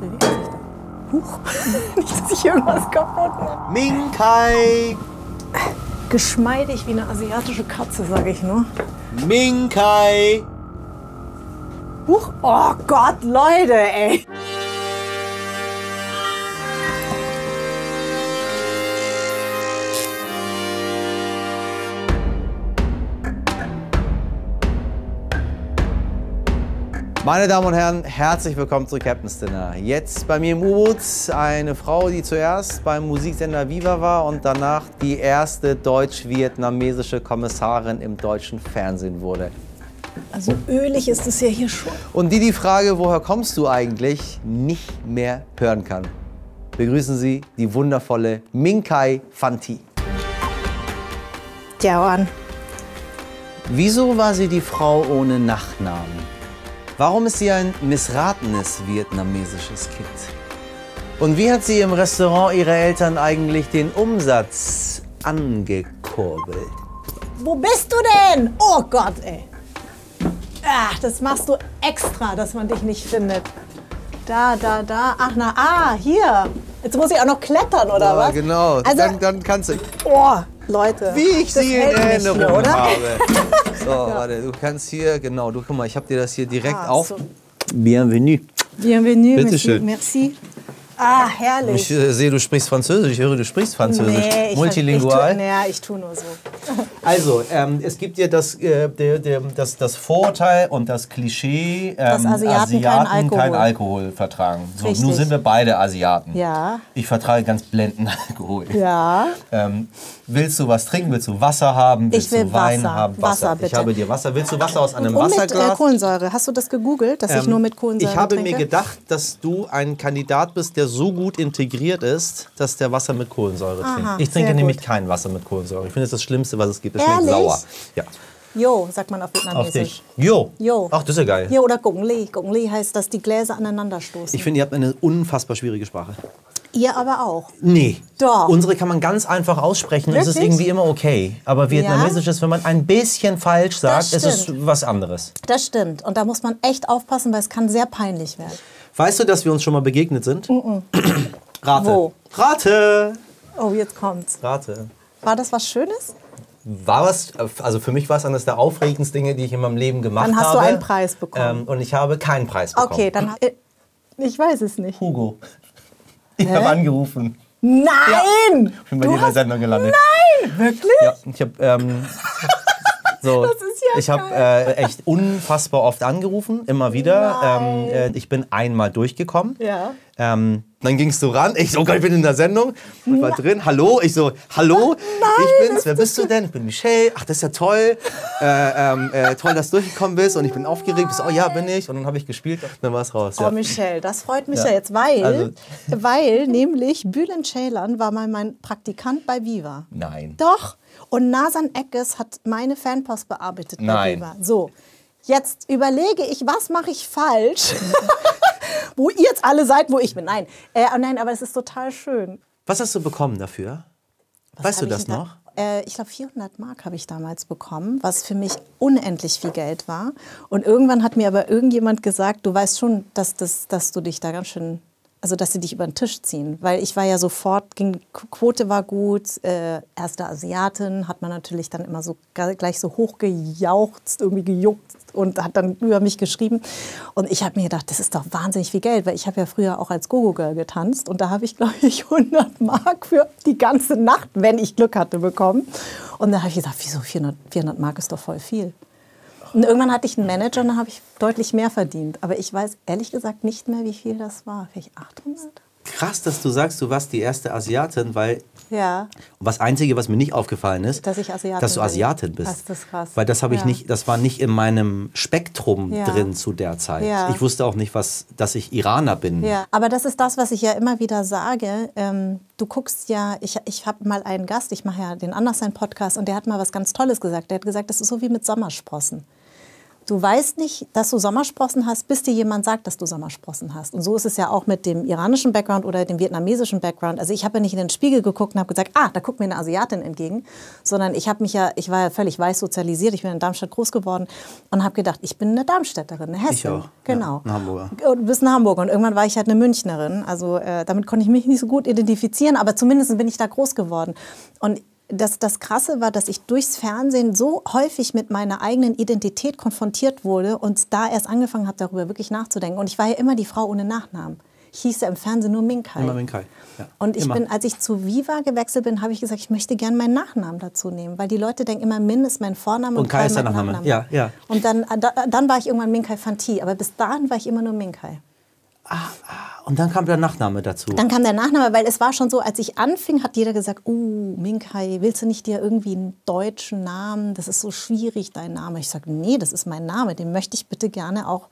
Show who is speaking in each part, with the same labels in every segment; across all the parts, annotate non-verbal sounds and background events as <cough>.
Speaker 1: bewegt sich da. Huch, <laughs> nicht, dass ich irgendwas kaputt mache.
Speaker 2: Minkai!
Speaker 1: Geschmeidig wie eine asiatische Katze, sage ich nur.
Speaker 2: Minkai!
Speaker 1: Huch, oh Gott, Leute, ey.
Speaker 2: Meine Damen und Herren, herzlich willkommen zu Captain's Dinner. Jetzt bei mir im U-Boot eine Frau, die zuerst beim Musiksender Viva war und danach die erste deutsch-vietnamesische Kommissarin im deutschen Fernsehen wurde.
Speaker 1: Also ölig ist es ja hier schon.
Speaker 2: Und die die Frage, woher kommst du eigentlich, nicht mehr hören kann. Begrüßen Sie die wundervolle Minkai Fanti.
Speaker 1: Ja, an.
Speaker 2: Wieso war sie die Frau ohne Nachnamen? Warum ist sie ein missratenes vietnamesisches Kind? Und wie hat sie im Restaurant ihrer Eltern eigentlich den Umsatz angekurbelt?
Speaker 1: Wo bist du denn? Oh Gott, ey. Ach, das machst du extra, dass man dich nicht findet. Da, da, da. Ach, na, ah, hier. Jetzt muss ich auch noch klettern, oder
Speaker 2: Ja,
Speaker 1: was?
Speaker 2: genau.
Speaker 1: Also,
Speaker 2: dann, dann kannst du.
Speaker 1: oh, Leute.
Speaker 2: Wie ich
Speaker 1: das
Speaker 2: sie in
Speaker 1: hält mich
Speaker 2: Erinnerung
Speaker 1: hier, oder? <laughs>
Speaker 2: habe. So, warte, du kannst hier, genau, du guck mal, ich habe dir das hier direkt
Speaker 1: Ah,
Speaker 2: auf.
Speaker 1: so.
Speaker 2: Bienvenue.
Speaker 1: Bienvenue,
Speaker 2: Bitte
Speaker 1: merci,
Speaker 2: schön.
Speaker 1: merci. Ah, herrlich.
Speaker 2: Ich äh, sehe, du sprichst Französisch. Ich höre, du sprichst Französisch.
Speaker 1: ich- Ich,
Speaker 2: Multilingual.
Speaker 1: tu- naja, ich tue nur so.
Speaker 2: Also, ähm, es gibt ja das, äh, der, der, das, das Vorurteil und das Klischee, ähm,
Speaker 1: Dass Asiaten keinen
Speaker 2: Asiaten keinen
Speaker 1: Alkohol.
Speaker 2: Alkohol vertragen. So,
Speaker 1: Richtig.
Speaker 2: nun sind wir beide Asiaten.
Speaker 1: Ja.
Speaker 2: Ich vertrage ganz blendend <laughs> Alkohol.
Speaker 1: Ja.
Speaker 2: Ähm, willst du was trinken? Willst du Wasser haben? Willst
Speaker 1: will
Speaker 2: du Wein
Speaker 1: Wasser.
Speaker 2: haben?
Speaker 1: Wasser,
Speaker 2: Ich
Speaker 1: bitte.
Speaker 2: habe dir Wasser. Willst du Wasser aus einem
Speaker 1: Und mit äh,
Speaker 2: Wasserglas?
Speaker 1: Kohlensäure. Hast du das gegoogelt, dass ich
Speaker 2: Ähm,
Speaker 1: nur mit Kohlensäure
Speaker 2: Ich habe
Speaker 1: trinke?
Speaker 2: mir gedacht, dass du ein Kandidat bist, der so gut integriert ist, dass der Wasser mit Kohlensäure trinkt. Ich trinke
Speaker 1: sehr
Speaker 2: nämlich
Speaker 1: gut.
Speaker 2: kein Wasser mit Kohlensäure. Ich finde, das ist das Schlimmste, was es gibt. Es schmeckt
Speaker 1: Ehrlich?
Speaker 2: sauer. Ja,
Speaker 1: Jo, sagt man auf
Speaker 2: auf
Speaker 1: Vietnamesisch.
Speaker 2: dich. Jo.
Speaker 1: Jo.
Speaker 2: Ach, das ist ja geil.
Speaker 1: Jo, oder Gong Li. Gong Li heißt, dass die Gläser aneinanderstoßen.
Speaker 2: Ich finde, ihr habt eine unfassbar schwierige Sprache.
Speaker 1: Ihr aber auch.
Speaker 2: Nee.
Speaker 1: Doch.
Speaker 2: Unsere kann man ganz einfach aussprechen. Es ist
Speaker 1: Wirklich?
Speaker 2: irgendwie immer okay. Aber Vietnamesisch ist, wenn man ein bisschen falsch sagt, es ist
Speaker 1: stimmt.
Speaker 2: was anderes.
Speaker 1: Das stimmt. Und da muss man echt aufpassen, weil es kann sehr peinlich werden.
Speaker 2: Weißt du, dass wir uns schon mal begegnet sind? <clears throat> Rate.
Speaker 1: Wo?
Speaker 2: Rate.
Speaker 1: Oh, jetzt kommt's.
Speaker 2: Rate.
Speaker 1: War das was Schönes?
Speaker 2: war was, also für mich war es eines der aufregendsten Dinge, die ich in meinem Leben gemacht habe.
Speaker 1: Dann hast du einen Preis bekommen.
Speaker 2: Ähm, und ich habe keinen Preis bekommen.
Speaker 1: Okay, dann. Äh, Ich weiß es nicht.
Speaker 2: Hugo. <laughs> Ich habe angerufen.
Speaker 1: Nein!
Speaker 2: Ich bin bei dir in der Sendung gelandet.
Speaker 1: Nein! Wirklich?
Speaker 2: Ja, ich habe
Speaker 1: <laughs>
Speaker 2: ähm, so,
Speaker 1: Das ist ja
Speaker 2: ich habe äh, echt unfassbar oft angerufen, immer wieder. Ähm, äh, ich bin einmal durchgekommen.
Speaker 1: Ja.
Speaker 2: Ähm, dann gingst du ran. Ich so, oh Gott, ich bin in der Sendung. Und war drin. Hallo. Ich so, hallo. ich bin's. Wer bist du denn? Ich bin Michelle. Ach, das ist ja toll. Äh, ähm, äh, toll, dass du durchgekommen bist. Und ich bin aufgeregt. Ich so, oh ja, bin ich. Und dann habe ich gespielt. Dann war es raus.
Speaker 1: Oh,
Speaker 2: Ja.
Speaker 1: Michelle, das freut mich
Speaker 2: Ja.
Speaker 1: ja, jetzt, weil,
Speaker 2: Also-
Speaker 1: <laughs> weil nämlich Bülent Ceylan war mal mein Praktikant bei Viva.
Speaker 2: Nein.
Speaker 1: Doch. Und Nasan Eckes hat meine Fanpost bearbeitet
Speaker 2: Nein.
Speaker 1: bei Viva. So, jetzt überlege ich, was mache ich falsch? <laughs> wo ihr jetzt alle seid, wo ich bin. Nein, äh, oh nein, aber es ist total schön.
Speaker 2: Was hast du bekommen dafür?
Speaker 1: Was
Speaker 2: weißt du
Speaker 1: hab ich
Speaker 2: das
Speaker 1: denn da-
Speaker 2: noch?
Speaker 1: Äh, ich glaube, 400 Mark habe ich damals bekommen, was für mich unendlich viel Geld war. Und irgendwann hat mir aber irgendjemand gesagt, du weißt schon, dass, das, dass du dich da ganz schön, also dass sie dich über den Tisch ziehen. Weil ich war ja sofort, ging, Qu- Quote war gut, äh, erste Asiatin, hat man natürlich dann immer so ga- gleich so hochgejauchzt, irgendwie gejuckt und hat dann über mich geschrieben. Und ich habe mir gedacht, das ist doch wahnsinnig viel Geld, weil ich habe ja früher auch als Gogo-Girl getanzt und da habe ich, glaube ich, <laughs> 100 Mark für die ganze Nacht, wenn ich Glück hatte, bekommen. Und da habe ich gedacht, wieso 400, 400 Mark ist doch voll viel. Und irgendwann hatte ich einen Manager und da habe ich deutlich mehr verdient. Aber ich weiß ehrlich gesagt nicht mehr, wie viel das war. Vielleicht 800?
Speaker 2: Krass, dass du sagst, du warst die erste Asiatin, weil
Speaker 1: Ja.
Speaker 2: Und das Einzige, was mir nicht aufgefallen ist,
Speaker 1: Dass ich Asiatin
Speaker 2: dass du
Speaker 1: bin.
Speaker 2: Asiatin bist.
Speaker 1: Das ist das krass.
Speaker 2: Weil das habe ich
Speaker 1: Ja.
Speaker 2: nicht, das war nicht in meinem Spektrum
Speaker 1: Ja.
Speaker 2: drin zu der Zeit.
Speaker 1: Ja.
Speaker 2: Ich wusste auch nicht, was, dass ich Iraner bin.
Speaker 1: Ja, aber das ist das, was ich ja immer wieder sage. Ähm, du guckst ja, ich, ich habe mal einen Gast, ich mache ja den Anderssein-Podcast und der hat mal was ganz Tolles gesagt. Der hat gesagt, das ist so wie mit Sommersprossen. Du weißt nicht, dass du Sommersprossen hast, bis dir jemand sagt, dass du Sommersprossen hast. Und so ist es ja auch mit dem iranischen Background oder dem vietnamesischen Background. Also ich habe ja nicht in den Spiegel geguckt und habe gesagt, ah, da guckt mir eine Asiatin entgegen, sondern ich habe mich ja, ich war ja völlig weiß sozialisiert, ich bin in Darmstadt groß geworden und habe gedacht, ich bin eine Darmstädterin, eine Hessin.
Speaker 3: Ich auch.
Speaker 1: Genau.
Speaker 3: Ja, ein Hamburger.
Speaker 1: Und du bist eine Hamburger und irgendwann war ich halt eine Münchnerin. Also äh, damit konnte ich mich nicht so gut identifizieren, aber zumindest bin ich da groß geworden. Und das, das Krasse war, dass ich durchs Fernsehen so häufig mit meiner eigenen Identität konfrontiert wurde und da erst angefangen habe, darüber wirklich nachzudenken. Und ich war ja immer die Frau ohne Nachnamen. Ich hieß ja im Fernsehen nur halt. Minkai.
Speaker 3: Immer Minkai. Ja.
Speaker 1: Und ich
Speaker 3: Immer.
Speaker 1: bin, als ich zu Viva gewechselt bin, habe ich gesagt, ich möchte gerne meinen Nachnamen dazu nehmen, weil die Leute denken immer, Min ist mein Vorname und,
Speaker 3: Und Kai ist
Speaker 1: mein
Speaker 3: der Nachname.
Speaker 1: Nachname.
Speaker 3: Ja, ja.
Speaker 1: Und dann, äh, da, dann war ich irgendwann Minkai Fanti, aber bis dahin war ich immer nur Minkai.
Speaker 3: Und dann kam der Nachname dazu.
Speaker 1: Dann kam der Nachname, weil es war schon so, als ich anfing, hat jeder gesagt, uh, Minkai, willst du nicht dir irgendwie einen deutschen Namen? Das ist so schwierig, dein Name. Ich sage, nee, das ist mein Name, den möchte ich bitte gerne auch,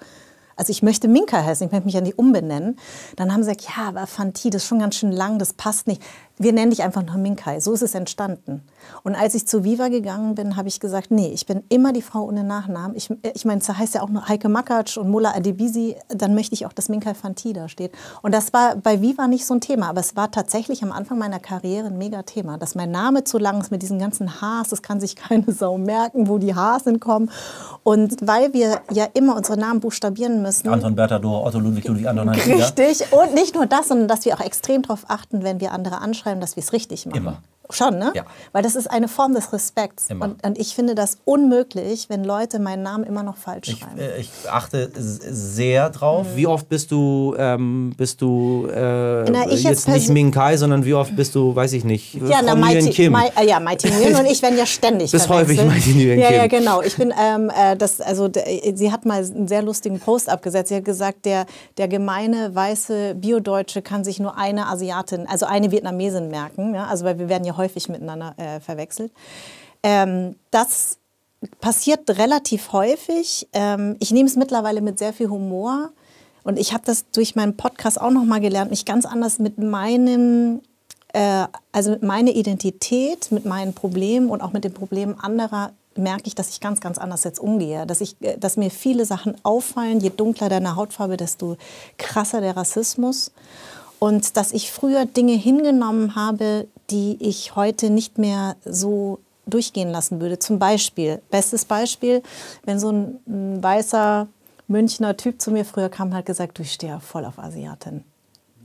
Speaker 1: also ich möchte Minkai heißen, ich möchte mich ja nicht umbenennen. Dann haben sie gesagt, ja, aber Fanti, das ist schon ganz schön lang, das passt nicht. Wir nennen dich einfach nur Minkai. So ist es entstanden. Und als ich zu Viva gegangen bin, habe ich gesagt, nee, ich bin immer die Frau ohne Nachnamen. Ich, ich meine, es heißt ja auch nur Heike Makatsch und Mullah Adebisi. Dann möchte ich auch, dass Minkai Fanti da steht. Und das war bei Viva nicht so ein Thema. Aber es war tatsächlich am Anfang meiner Karriere ein mega Thema. Dass mein Name zu lang ist mit diesen ganzen Hs. Das kann sich <laughs> keine Sau merken, wo die Hs hinkommen. Und weil wir ja immer unsere Namen buchstabieren müssen.
Speaker 3: Anton Bertador, Otto Ludwig, Ludwig Anton Heinz Ida.
Speaker 1: Richtig. Und nicht nur das, sondern dass wir auch extrem darauf achten, wenn wir andere anschreiben, dass wir es richtig machen.
Speaker 3: Immer.
Speaker 1: Schon, ne?
Speaker 3: Ja.
Speaker 1: Weil das ist eine Form des Respekts.
Speaker 3: Immer.
Speaker 1: Und, und ich finde das unmöglich, wenn Leute meinen Namen immer noch falsch schreiben.
Speaker 3: Äh, Ich achte s- sehr drauf. Wie oft bist du, ähm, bist du äh,
Speaker 1: Na, ich
Speaker 3: jetzt
Speaker 1: jetzt
Speaker 3: nicht
Speaker 1: perso-
Speaker 3: Ming Kai, sondern wie oft bist du, weiß ich nicht,
Speaker 1: Ja,
Speaker 3: Frau
Speaker 1: na,
Speaker 3: Nguyen
Speaker 1: Mighty,
Speaker 3: Kim?
Speaker 1: Mi, äh, ja, Mighty Nguyen und ich werden ja
Speaker 3: <laughs>
Speaker 1: ständig
Speaker 3: Bis häufig
Speaker 1: verwechselt.
Speaker 3: Mighty Nguyen
Speaker 1: ja,
Speaker 3: Kim.
Speaker 1: Ja, genau. Ich bin, ähm, äh, das, also, d- sie hat mal einen sehr lustigen Post abgesetzt. Sie hat gesagt, der, der gemeine, weiße Biodeutsche kann sich nur eine Asiatin, also eine Vietnamesin merken. Ja? Also, weil wir werden ja häufig miteinander äh, verwechselt. Ähm, das passiert relativ häufig. Ähm, ich nehme es mittlerweile mit sehr viel Humor. Und ich habe das durch meinen Podcast auch nochmal gelernt, mich ganz anders mit meinem äh, also mit meiner Identität, mit meinen Problemen und auch mit den Problemen anderer merke ich, dass ich ganz, ganz anders jetzt umgehe. Dass, ich, äh, dass mir viele Sachen auffallen. Je dunkler deine Hautfarbe, desto krasser der Rassismus. Und dass ich früher Dinge hingenommen habe, die ich heute nicht mehr so durchgehen lassen würde. Zum Beispiel, bestes Beispiel, wenn so ein, ein weißer Münchner Typ zu mir früher kam und hat gesagt, du stehst voll auf Asiatin.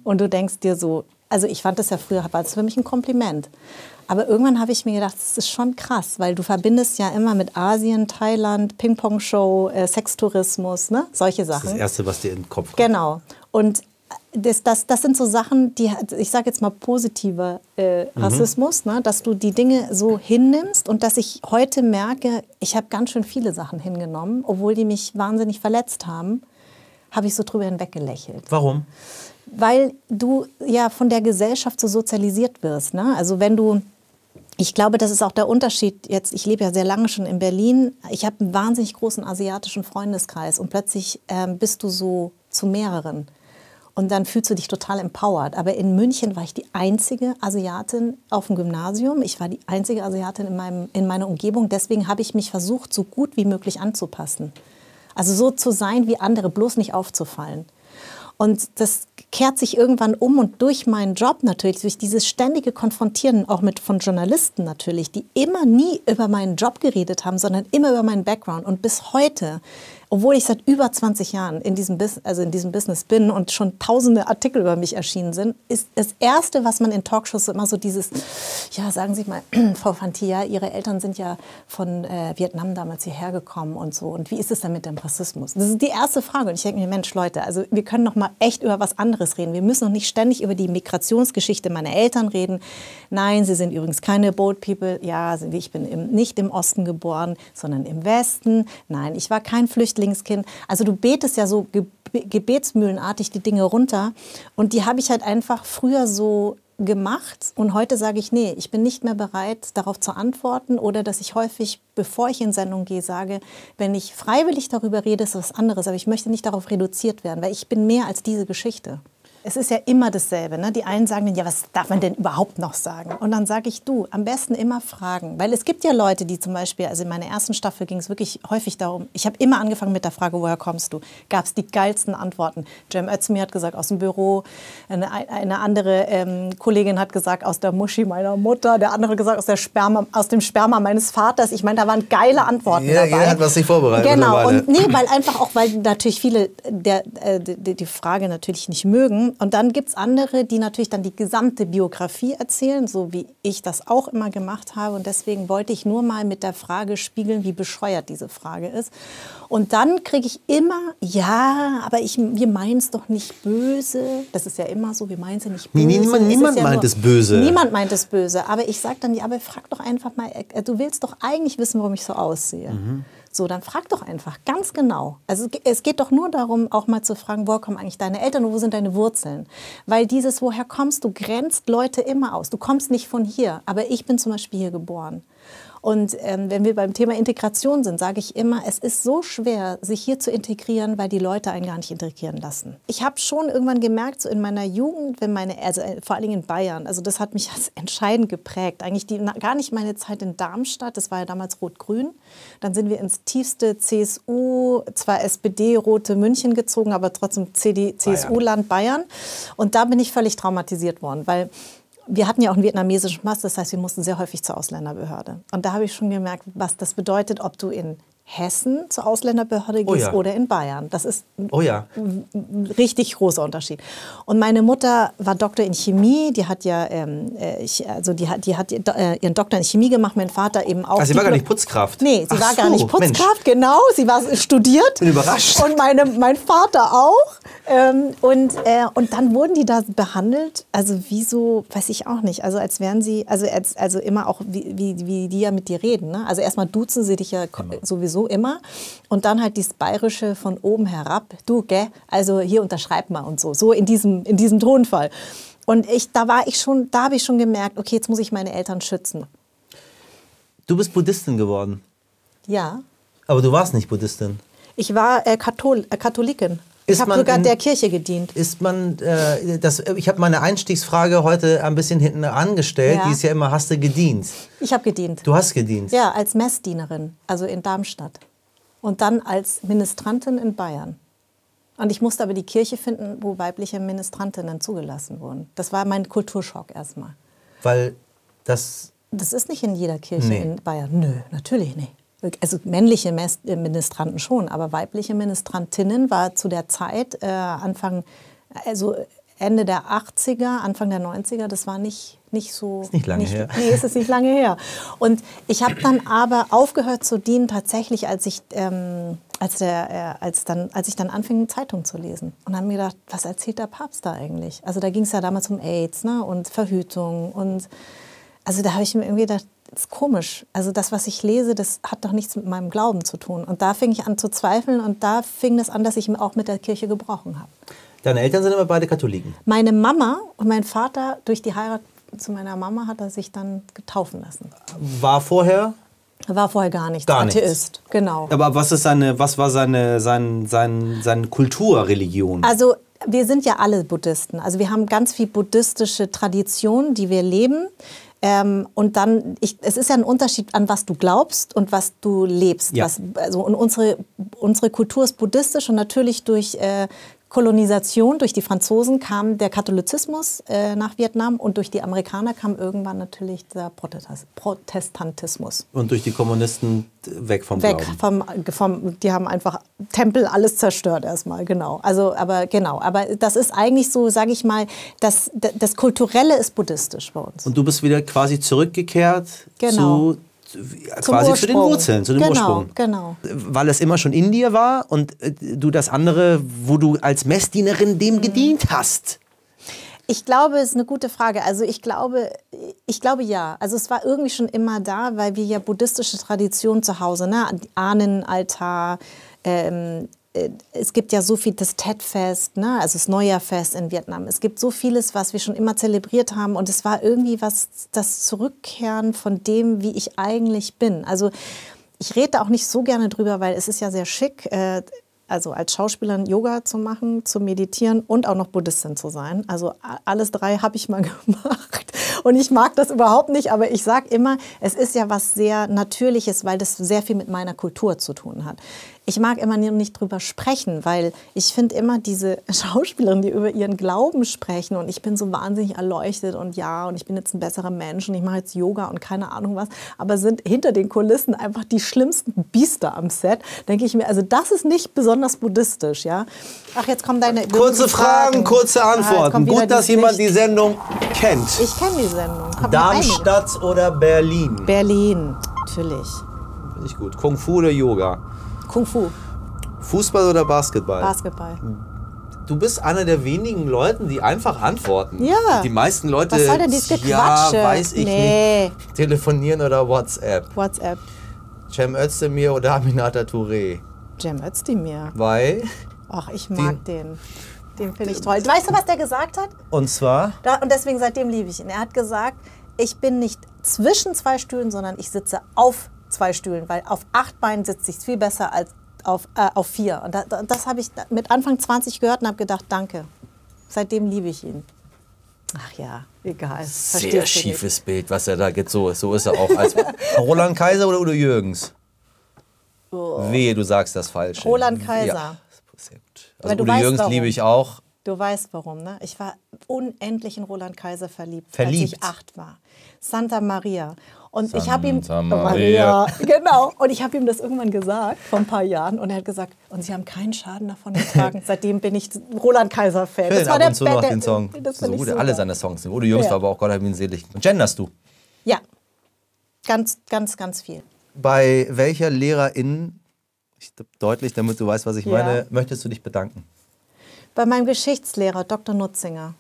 Speaker 1: Und du denkst dir so, also ich fand das ja früher, war das für mich ein Kompliment. Aber irgendwann habe ich mir gedacht, das ist schon krass, weil du verbindest ja immer mit Asien, Thailand, Ping-Pong-Show, äh, Sextourismus, ne? solche
Speaker 3: Das ist das
Speaker 1: Sachen.
Speaker 3: Erste, was dir in den Kopf kommt.
Speaker 1: Genau. Und das, das, das sind so Sachen, die, hat- ich sage jetzt mal positiver
Speaker 3: Mhm.
Speaker 1: äh, Rassismus, ne? dass du die Dinge so hinnimmst und dass ich heute merke, ich habe ganz schön viele Sachen hingenommen, obwohl die mich wahnsinnig verletzt haben, habe ich so drüber hinweggelächelt.
Speaker 3: Warum?
Speaker 1: Weil du ja von der Gesellschaft so sozialisiert wirst. Ne? Also wenn du, ich glaube, das ist auch der Unterschied jetzt, ich lebe ja sehr lange schon in Berlin, ich habe einen wahnsinnig großen asiatischen Freundeskreis und plötzlich ähm, bist du so zu mehreren. Und dann fühlst du dich total empowered. Aber in München war ich die einzige Asiatin auf dem Gymnasium. Ich war die einzige Asiatin in, meinem, in meiner Umgebung. Deswegen habe ich mich versucht, so gut wie möglich anzupassen. Also so zu sein wie andere, bloß nicht aufzufallen. Und das kehrt sich irgendwann um und durch meinen Job natürlich, durch dieses ständige Konfrontieren auch mit von Journalisten natürlich, die immer nie über meinen Job geredet haben, sondern immer über meinen Background. Und bis heute, obwohl ich seit über 20 Jahren in diesem, Bus also in diesem Business bin und schon tausende Artikel über mich erschienen sind, ist das Erste, was man in Talkshows immer so dieses, ja, sagen Sie mal, <clears throat> Frau Fantia, Ihre Eltern sind ja von äh, Vietnam damals hierher gekommen und so. Und wie ist es denn mit dem Rassismus? Das ist die erste Frage. Und ich denke mir, Mensch, Leute, also wir können noch mal echt über was anderes reden. Wir müssen noch nicht ständig über die Migrationsgeschichte meiner Eltern reden. Nein, sie sind übrigens keine Boat People. Ja, sie- ich bin im, nicht im Osten geboren, sondern im Westen. Nein, ich war kein Flüchtlingskind. Also du betest ja so ge gebetsmühlenartig die Dinge runter. Und die habe ich halt einfach früher so gemacht und heute sage ich, nee, ich bin nicht mehr bereit, darauf zu antworten oder dass ich häufig, bevor ich in Sendung gehe, sage, wenn ich freiwillig darüber rede, ist das was anderes, aber ich möchte nicht darauf reduziert werden, weil ich bin mehr als diese Geschichte. Es ist ja immer dasselbe. Ne? Die einen sagen dann, ja, was darf man denn überhaupt noch sagen? Und dann sage ich, du, am besten immer fragen. Weil es gibt ja Leute, die zum Beispiel, also in meiner ersten Staffel ging es wirklich häufig darum, ich habe immer angefangen mit der Frage, woher kommst du? Gab es die geilsten Antworten. Jem Özdemir hat gesagt, aus dem Büro. Eine, eine andere ähm, Kollegin hat gesagt, aus der Muschi meiner Mutter. Der andere hat gesagt, aus, der Sperma, aus dem Sperma meines Vaters. Ich meine, da waren geile Antworten
Speaker 3: Jeder,
Speaker 1: dabei.
Speaker 3: jeder hat was sich vorbereitet.
Speaker 1: Genau,
Speaker 3: mittlerweile.
Speaker 1: und nee, weil einfach auch, weil natürlich viele der, äh, die, die Frage natürlich nicht mögen. Und dann gibt es andere, die natürlich dann die gesamte Biografie erzählen, so wie ich das auch immer gemacht habe. Und deswegen wollte ich nur mal mit der Frage spiegeln, wie bescheuert diese Frage ist. Und dann kriege ich immer, ja, aber ich, wir meinen es doch nicht böse. Das ist ja immer so, wir meinen es ja nicht
Speaker 3: Nee, nee,
Speaker 1: böse.
Speaker 3: niemand-
Speaker 1: Es ist
Speaker 3: niemand meint
Speaker 1: nur-
Speaker 3: es böse.
Speaker 1: Niemand meint es böse. Aber ich sage dann, ja, aber frag doch einfach mal, äh, du willst doch eigentlich wissen, warum ich so aussehe. So, dann frag doch einfach ganz genau. Also ge- es geht doch nur darum, auch mal zu fragen, woher kommen eigentlich deine Eltern und wo sind deine Wurzeln? Weil dieses, woher kommst du, grenzt Leute immer aus. Du kommst nicht von hier, aber ich bin zum Beispiel hier geboren. Und ähm, wenn wir beim Thema Integration sind, sage ich immer, es ist so schwer, sich hier zu integrieren, weil die Leute einen gar nicht integrieren lassen. Ich habe schon irgendwann gemerkt, so in meiner Jugend, wenn meine, also äh, vor allen Dingen in Bayern, also das hat mich <laughs> als entscheidend geprägt. Eigentlich die, na, gar nicht meine Zeit in Darmstadt, das war ja damals Rot-Grün. Dann sind wir ins tiefste CSU, zwar SPD-rote München gezogen, aber trotzdem CD, CSU-Land Bayern. Und da bin ich völlig traumatisiert worden, weil wir hatten ja auch einen vietnamesischen Pass, das heißt, wir mussten sehr häufig zur Ausländerbehörde. Und da habe ich schon gemerkt, was das bedeutet, ob du in Hessen zur Ausländerbehörde gehst
Speaker 3: Oh ja.
Speaker 1: oder in Bayern. Das ist ein
Speaker 3: Oh ja.
Speaker 1: richtig großer Unterschied. Und meine Mutter war Doktor in Chemie, die hat ja, ähm, äh, ich, also die hat, die hat ihr- äh, ihren Doktor in Chemie gemacht, mein Vater eben auch.
Speaker 3: Also sie war gar
Speaker 1: Diplo-
Speaker 3: nicht Putzkraft.
Speaker 1: Nee, sie
Speaker 3: Ach
Speaker 1: war gar
Speaker 3: so,
Speaker 1: nicht
Speaker 3: Mensch.
Speaker 1: Putzkraft, genau. Sie war studiert.
Speaker 3: Bin überrascht.
Speaker 1: Und meine, mein Vater auch. Ähm, und, äh, und dann wurden die da behandelt. Also wieso, weiß ich auch nicht. Also als wären sie, also, als, also immer auch, wie, wie, wie die ja mit dir reden. Ne? Also erstmal duzen sie dich ja ko- sowieso immer. Und dann halt dieses Bayerische von oben herab. Du, gell, also hier unterschreib mal und so. So in diesem, in diesem Tonfall. Und ich, da war ich schon, da habe ich schon gemerkt, okay, jetzt muss ich meine Eltern schützen.
Speaker 3: Du bist Buddhistin geworden.
Speaker 1: Ja.
Speaker 3: Aber du warst nicht Buddhistin.
Speaker 1: Ich war äh, Kathol äh, Katholikin.
Speaker 3: Ist
Speaker 1: ich habe
Speaker 3: man
Speaker 1: sogar
Speaker 3: in-
Speaker 1: der Kirche gedient.
Speaker 3: Ist man, äh, das, ich habe meine Einstiegsfrage heute ein bisschen hinten angestellt.
Speaker 1: Ja.
Speaker 3: Die ist ja immer, hast du gedient?
Speaker 1: Ich habe gedient.
Speaker 3: Du hast gedient.
Speaker 1: Ja, als Messdienerin, also in Darmstadt. Und dann als Ministrantin in Bayern. Und ich musste aber die Kirche finden, wo weibliche Ministrantinnen zugelassen wurden. Das war mein Kulturschock erstmal.
Speaker 3: Weil das,
Speaker 1: Das ist nicht in jeder Kirche
Speaker 3: Nee.
Speaker 1: in Bayern. Nö, natürlich nicht. Also männliche Mes- äh, Ministranten schon, aber weibliche Ministrantinnen war zu der Zeit äh, Anfang, also Ende der 80er, Anfang der 90er, das war nicht, nicht so. Ist
Speaker 3: nicht lange her.
Speaker 1: Nee, es ist nicht lange her. Und ich habe dann aber aufgehört zu dienen, tatsächlich, als ich, ähm, als, der, äh, als, dann, als ich dann anfing, Zeitung zu lesen. Und habe mir gedacht, was erzählt der Papst da eigentlich? Also da ging es ja damals um AIDS ne? und Verhütung. Und also da habe ich mir irgendwie gedacht, das ist komisch. Also das, was ich lese, das hat doch nichts mit meinem Glauben zu tun. Und da fing ich an zu zweifeln und da fing das an, dass ich auch mit der Kirche gebrochen habe.
Speaker 3: deine Eltern sind aber beide Katholiken.
Speaker 1: Meine Mama und mein Vater, durch die Heirat zu meiner Mama, hat er sich dann getaufen lassen.
Speaker 3: War vorher,
Speaker 1: Er war vorher gar nichts.
Speaker 3: Gar nichts.
Speaker 1: Atheist, genau.
Speaker 2: Aber was ist seine, was war seine, sein, sein, seine Kulturreligion?
Speaker 1: Also wir sind ja alle Buddhisten. Also wir haben ganz viel buddhistische Tradition, die wir leben. Ähm, und dann, ich, es ist ja ein Unterschied an was du glaubst und was du lebst.
Speaker 2: Ja.
Speaker 1: Was, also, und unsere, unsere Kultur ist buddhistisch und natürlich durch äh, Kolonisation, durch die Franzosen kam der Katholizismus äh, nach Vietnam und durch die Amerikaner kam irgendwann natürlich der Protestas- Protestantismus
Speaker 3: und durch die Kommunisten weg vom
Speaker 1: weg
Speaker 3: Glauben.
Speaker 1: vom, vom die haben einfach Tempel alles zerstört erstmal genau also aber genau aber das ist eigentlich so sage ich mal das d- das kulturelle ist buddhistisch bei uns
Speaker 3: Und du bist wieder quasi zurückgekehrt
Speaker 1: Genau.
Speaker 3: zu, zu- quasi zu den
Speaker 1: Ursprung.
Speaker 3: Wurzeln, zu dem
Speaker 1: genau,
Speaker 3: Ursprung.
Speaker 1: genau
Speaker 2: Weil es immer schon in dir war und äh, du das andere, wo du als Messdienerin dem gedient hast.
Speaker 1: Ich glaube, es ist eine gute Frage. Also ich glaube, ich glaube ja. Also es war irgendwie schon immer da, weil wir ja buddhistische Tradition zu Hause, ne? Ahnenaltar, ähm, äh, es gibt ja so viel, das Tet-Fest, ne? also das Neujahrfest in Vietnam. Es gibt so vieles, was wir schon immer zelebriert haben und es war irgendwie was, das Zurückkehren von dem, wie ich eigentlich bin. Also ich rede da auch nicht so gerne drüber, weil es ist ja sehr schick, äh, also als Schauspielerin Yoga zu machen, zu meditieren und auch noch Buddhistin zu sein. Also a- alles drei habe ich mal <laughs> gemacht. Und ich mag das überhaupt nicht, aber ich sage immer, es ist ja was sehr Natürliches, weil das sehr viel mit meiner Kultur zu tun hat. Ich mag immer nur nicht drüber sprechen, weil ich finde immer diese <laughs> Schauspielerinnen, die über ihren Glauben sprechen und ich bin so wahnsinnig erleuchtet und ja, und ich bin jetzt ein besserer Mensch und ich mache jetzt Yoga und keine Ahnung was, aber sind hinter den Kulissen einfach die schlimmsten Biester am Set, denke ich mir, also das ist nicht besonders buddhistisch, ja. Ach, jetzt kommen deine
Speaker 2: Kurze Fragen, kurze
Speaker 1: Ah, jetzt
Speaker 2: Antworten.
Speaker 1: kommt wieder
Speaker 2: Gut, dass
Speaker 1: dieses
Speaker 2: jemand die
Speaker 1: Licht.
Speaker 2: Sendung kennt.
Speaker 1: Ich kenne die Sendung. Hab nur einige.
Speaker 2: Darmstadt oder Berlin?
Speaker 1: Berlin, natürlich.
Speaker 2: Finde ich gut. Kung Fu oder Yoga?
Speaker 1: Kung Fu,
Speaker 2: Fußball oder Basketball?
Speaker 1: Basketball.
Speaker 2: Du bist einer der wenigen Leuten, die einfach antworten.
Speaker 1: Ja.
Speaker 2: Die meisten Leute,
Speaker 1: Was soll denn dieses
Speaker 2: ja,
Speaker 1: Gequatsche?
Speaker 2: weiß ich
Speaker 1: Nee.
Speaker 2: nicht. Telefonieren oder WhatsApp.
Speaker 1: WhatsApp.
Speaker 2: Cem Özdemir oder Aminata Touré.
Speaker 1: Cem Özdemir.
Speaker 2: Weil?
Speaker 1: Ach, ich mag den. Den finde ich toll. Weißt du, was der gesagt hat?
Speaker 3: Und zwar?
Speaker 1: Da, und deswegen seitdem liebe ich ihn. Er hat gesagt, ich bin nicht zwischen zwei Stühlen, sondern ich sitze auf zwei Stühlen, weil auf acht Beinen sitze ich viel besser als auf, äh, auf vier. Und da, da, das habe ich da- mit Anfang 20 gehört und habe gedacht, danke. Seitdem liebe ich ihn. Ach ja, egal. Verstehst
Speaker 2: Sehr
Speaker 1: du nicht.
Speaker 2: schiefes Bild, was er da gibt. So, so ist er auch. Als <laughs> Roland Kaiser oder Udo Jürgens? Wehe, du sagst das falsch. ey.
Speaker 1: Roland Kaiser.
Speaker 2: Ja, sehr gut.
Speaker 1: Aber
Speaker 2: Also
Speaker 1: du
Speaker 2: Udo
Speaker 1: weißt
Speaker 2: Jürgens
Speaker 1: warum.
Speaker 2: liebe ich auch.
Speaker 1: Du weißt warum, ne? Ich war unendlich in Roland Kaiser verliebt, als
Speaker 2: Verliebt?
Speaker 1: ich acht war. Santa Maria. Und ich habe ihm
Speaker 2: Santa Maria.
Speaker 1: genau. Und ich habe ihm das irgendwann gesagt vor ein paar Jahren und er hat gesagt, und sie haben keinen Schaden davon
Speaker 2: <laughs>
Speaker 1: getragen. Seitdem bin ich Roland Kaiser Fan.
Speaker 2: Hören ab und zu noch
Speaker 1: der-
Speaker 2: den Song.
Speaker 1: Das
Speaker 2: so
Speaker 1: fand ich
Speaker 2: gut,
Speaker 1: super.
Speaker 2: alle seine Songs sind. Udo Jürgens
Speaker 1: Ja.
Speaker 2: war aber auch Gott hab ihn selig. Und genderst du?
Speaker 1: Ja, ganz, ganz, ganz viel.
Speaker 2: Bei welcher Lehrerin, ich, deutlich, damit du weißt, was ich
Speaker 1: Ja.
Speaker 2: meine, möchtest du dich bedanken?
Speaker 1: Bei meinem Geschichtslehrer Dr. Nutzinger.